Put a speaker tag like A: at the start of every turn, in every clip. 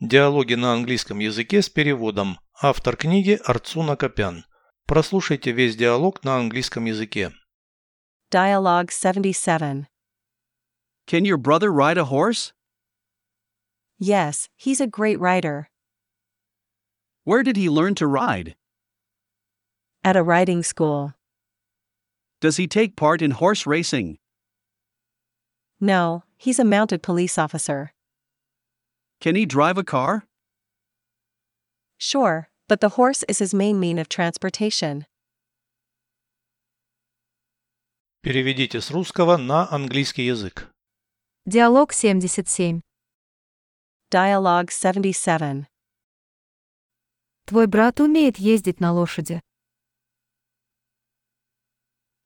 A: Диалоги на английском языке с переводом. Автор книги Арцуна Копян. Прослушайте весь диалог на английском языке.
B: Dialogue 77.
C: Can your brother ride a horse?
B: Yes, he's a great writer.
C: Where did he learn to ride?
B: At a riding school.
C: Does he take part in horse racing?
B: No, he's a mounted police officer.
C: Can he drive a car?
B: Sure, but the horse is his main mean of transportation.
A: Переведите с русского на английский язык.
D: Диалог 77.
B: Dialogue 77.
D: Твой брат умеет ездить на лошади.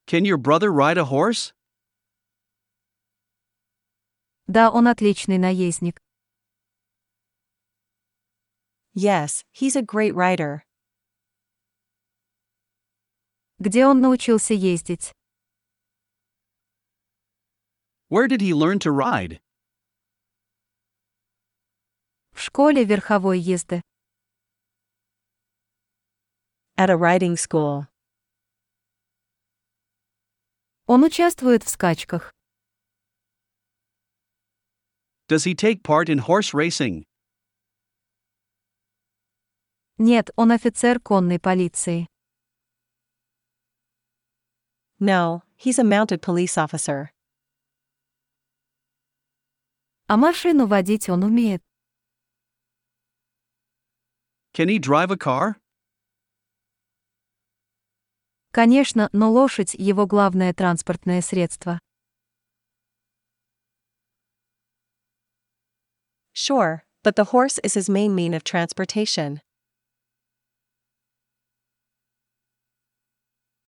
C: Can your brother ride a horse?
D: Да, он отличный наездник.
B: Yes, he's a great writer.
D: Где он научился ездить?
C: Where did he learn to ride?
D: В школе верховой езды.
B: At a riding school.
D: Он участвует в скачках.
C: Does he take part in horse racing?
D: Нет, он офицер конной полиции.
B: No, he's a mounted police officer.
D: А машину водить он умеет.
C: Can he drive a car?
D: Конечно, но лошадь его главное транспортное средство.
B: Sure, but the horse is his main mean of transportation.